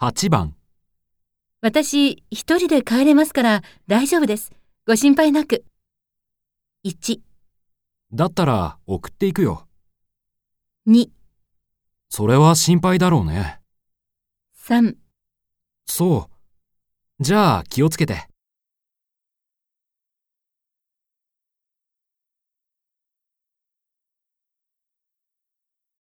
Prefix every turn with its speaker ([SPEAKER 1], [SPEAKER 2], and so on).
[SPEAKER 1] 8番、
[SPEAKER 2] 私、一人で帰れますから大丈夫です。ご心配なく。1、
[SPEAKER 1] だったら送っていくよ。
[SPEAKER 2] 2、
[SPEAKER 1] それは心配だろうね。
[SPEAKER 2] 3。
[SPEAKER 1] そう。じゃあ気をつけて。